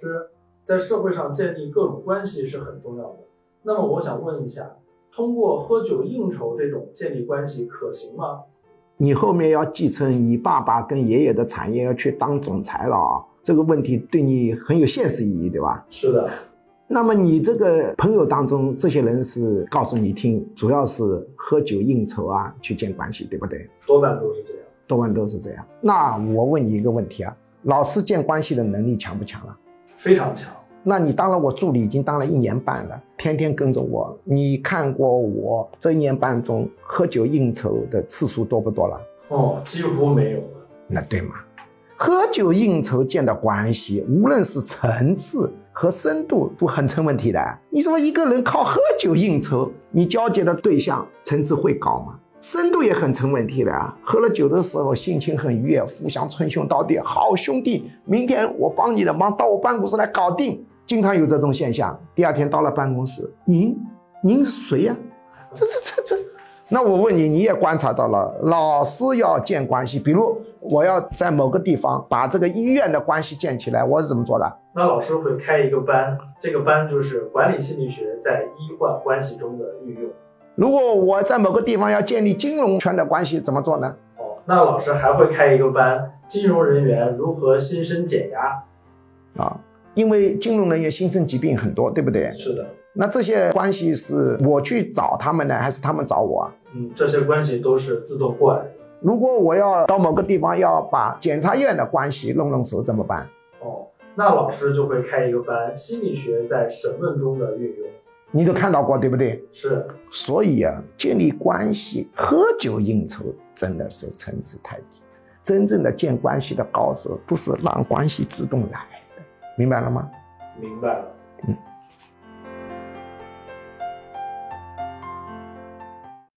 师在社会上建立各种关系是很重要的。那么我想问一下，通过喝酒应酬这种建立关系可行吗？你后面要继承你爸爸跟爷爷的产业，要去当总裁了啊、这个问题对你很有现实意义，对吧？是的，那么你这个朋友当中，这些人是告诉你听，主要是喝酒应酬啊，去建关系，对不对？多半都是这样。多半都是这样。那我问你一个问题啊，老师建关系的能力强不强啊？非常强。那你当了我助理已经当了一年半了，天天跟着我，你看过我这一年半中喝酒应酬的次数多不多了？哦，几乎没有了。那对吗？喝酒应酬间的关系，无论是层次和深度，都很成问题的。你说一个人靠喝酒应酬，你交接的对象层次会高吗？深度也很成问题的啊！喝了酒的时候心情很愉悦，互相称兄道弟，好兄弟，明天我帮你的忙，到我办公室来搞定。经常有这种现象。第二天到了办公室，您您是谁呀、这这这这，那我问你，你也观察到了，老师要建关系，比如我要在某个地方把这个医院的关系建起来，我是怎么做的？那老师会开一个班，这个班就是管理心理学在医患关系中的运用。如果我在某个地方要建立金融圈的关系，怎么做呢？哦，那老师还会开一个班，金融人员如何心身减压？啊，因为金融人员心身疾病很多，对不对？是的，那这些关系是我去找他们呢，还是他们找我啊？嗯，这些关系都是自动过来的。如果我要到某个地方要把检察院的关系弄弄熟，怎么办？哦，那老师就会开一个班，心理学在审问中的运用。你都看到过，对不对？是，所以啊，建立关系、喝酒应酬真的是层次太低。真正的建关系的高手，不是让关系自动来的，明白了吗？明白了。嗯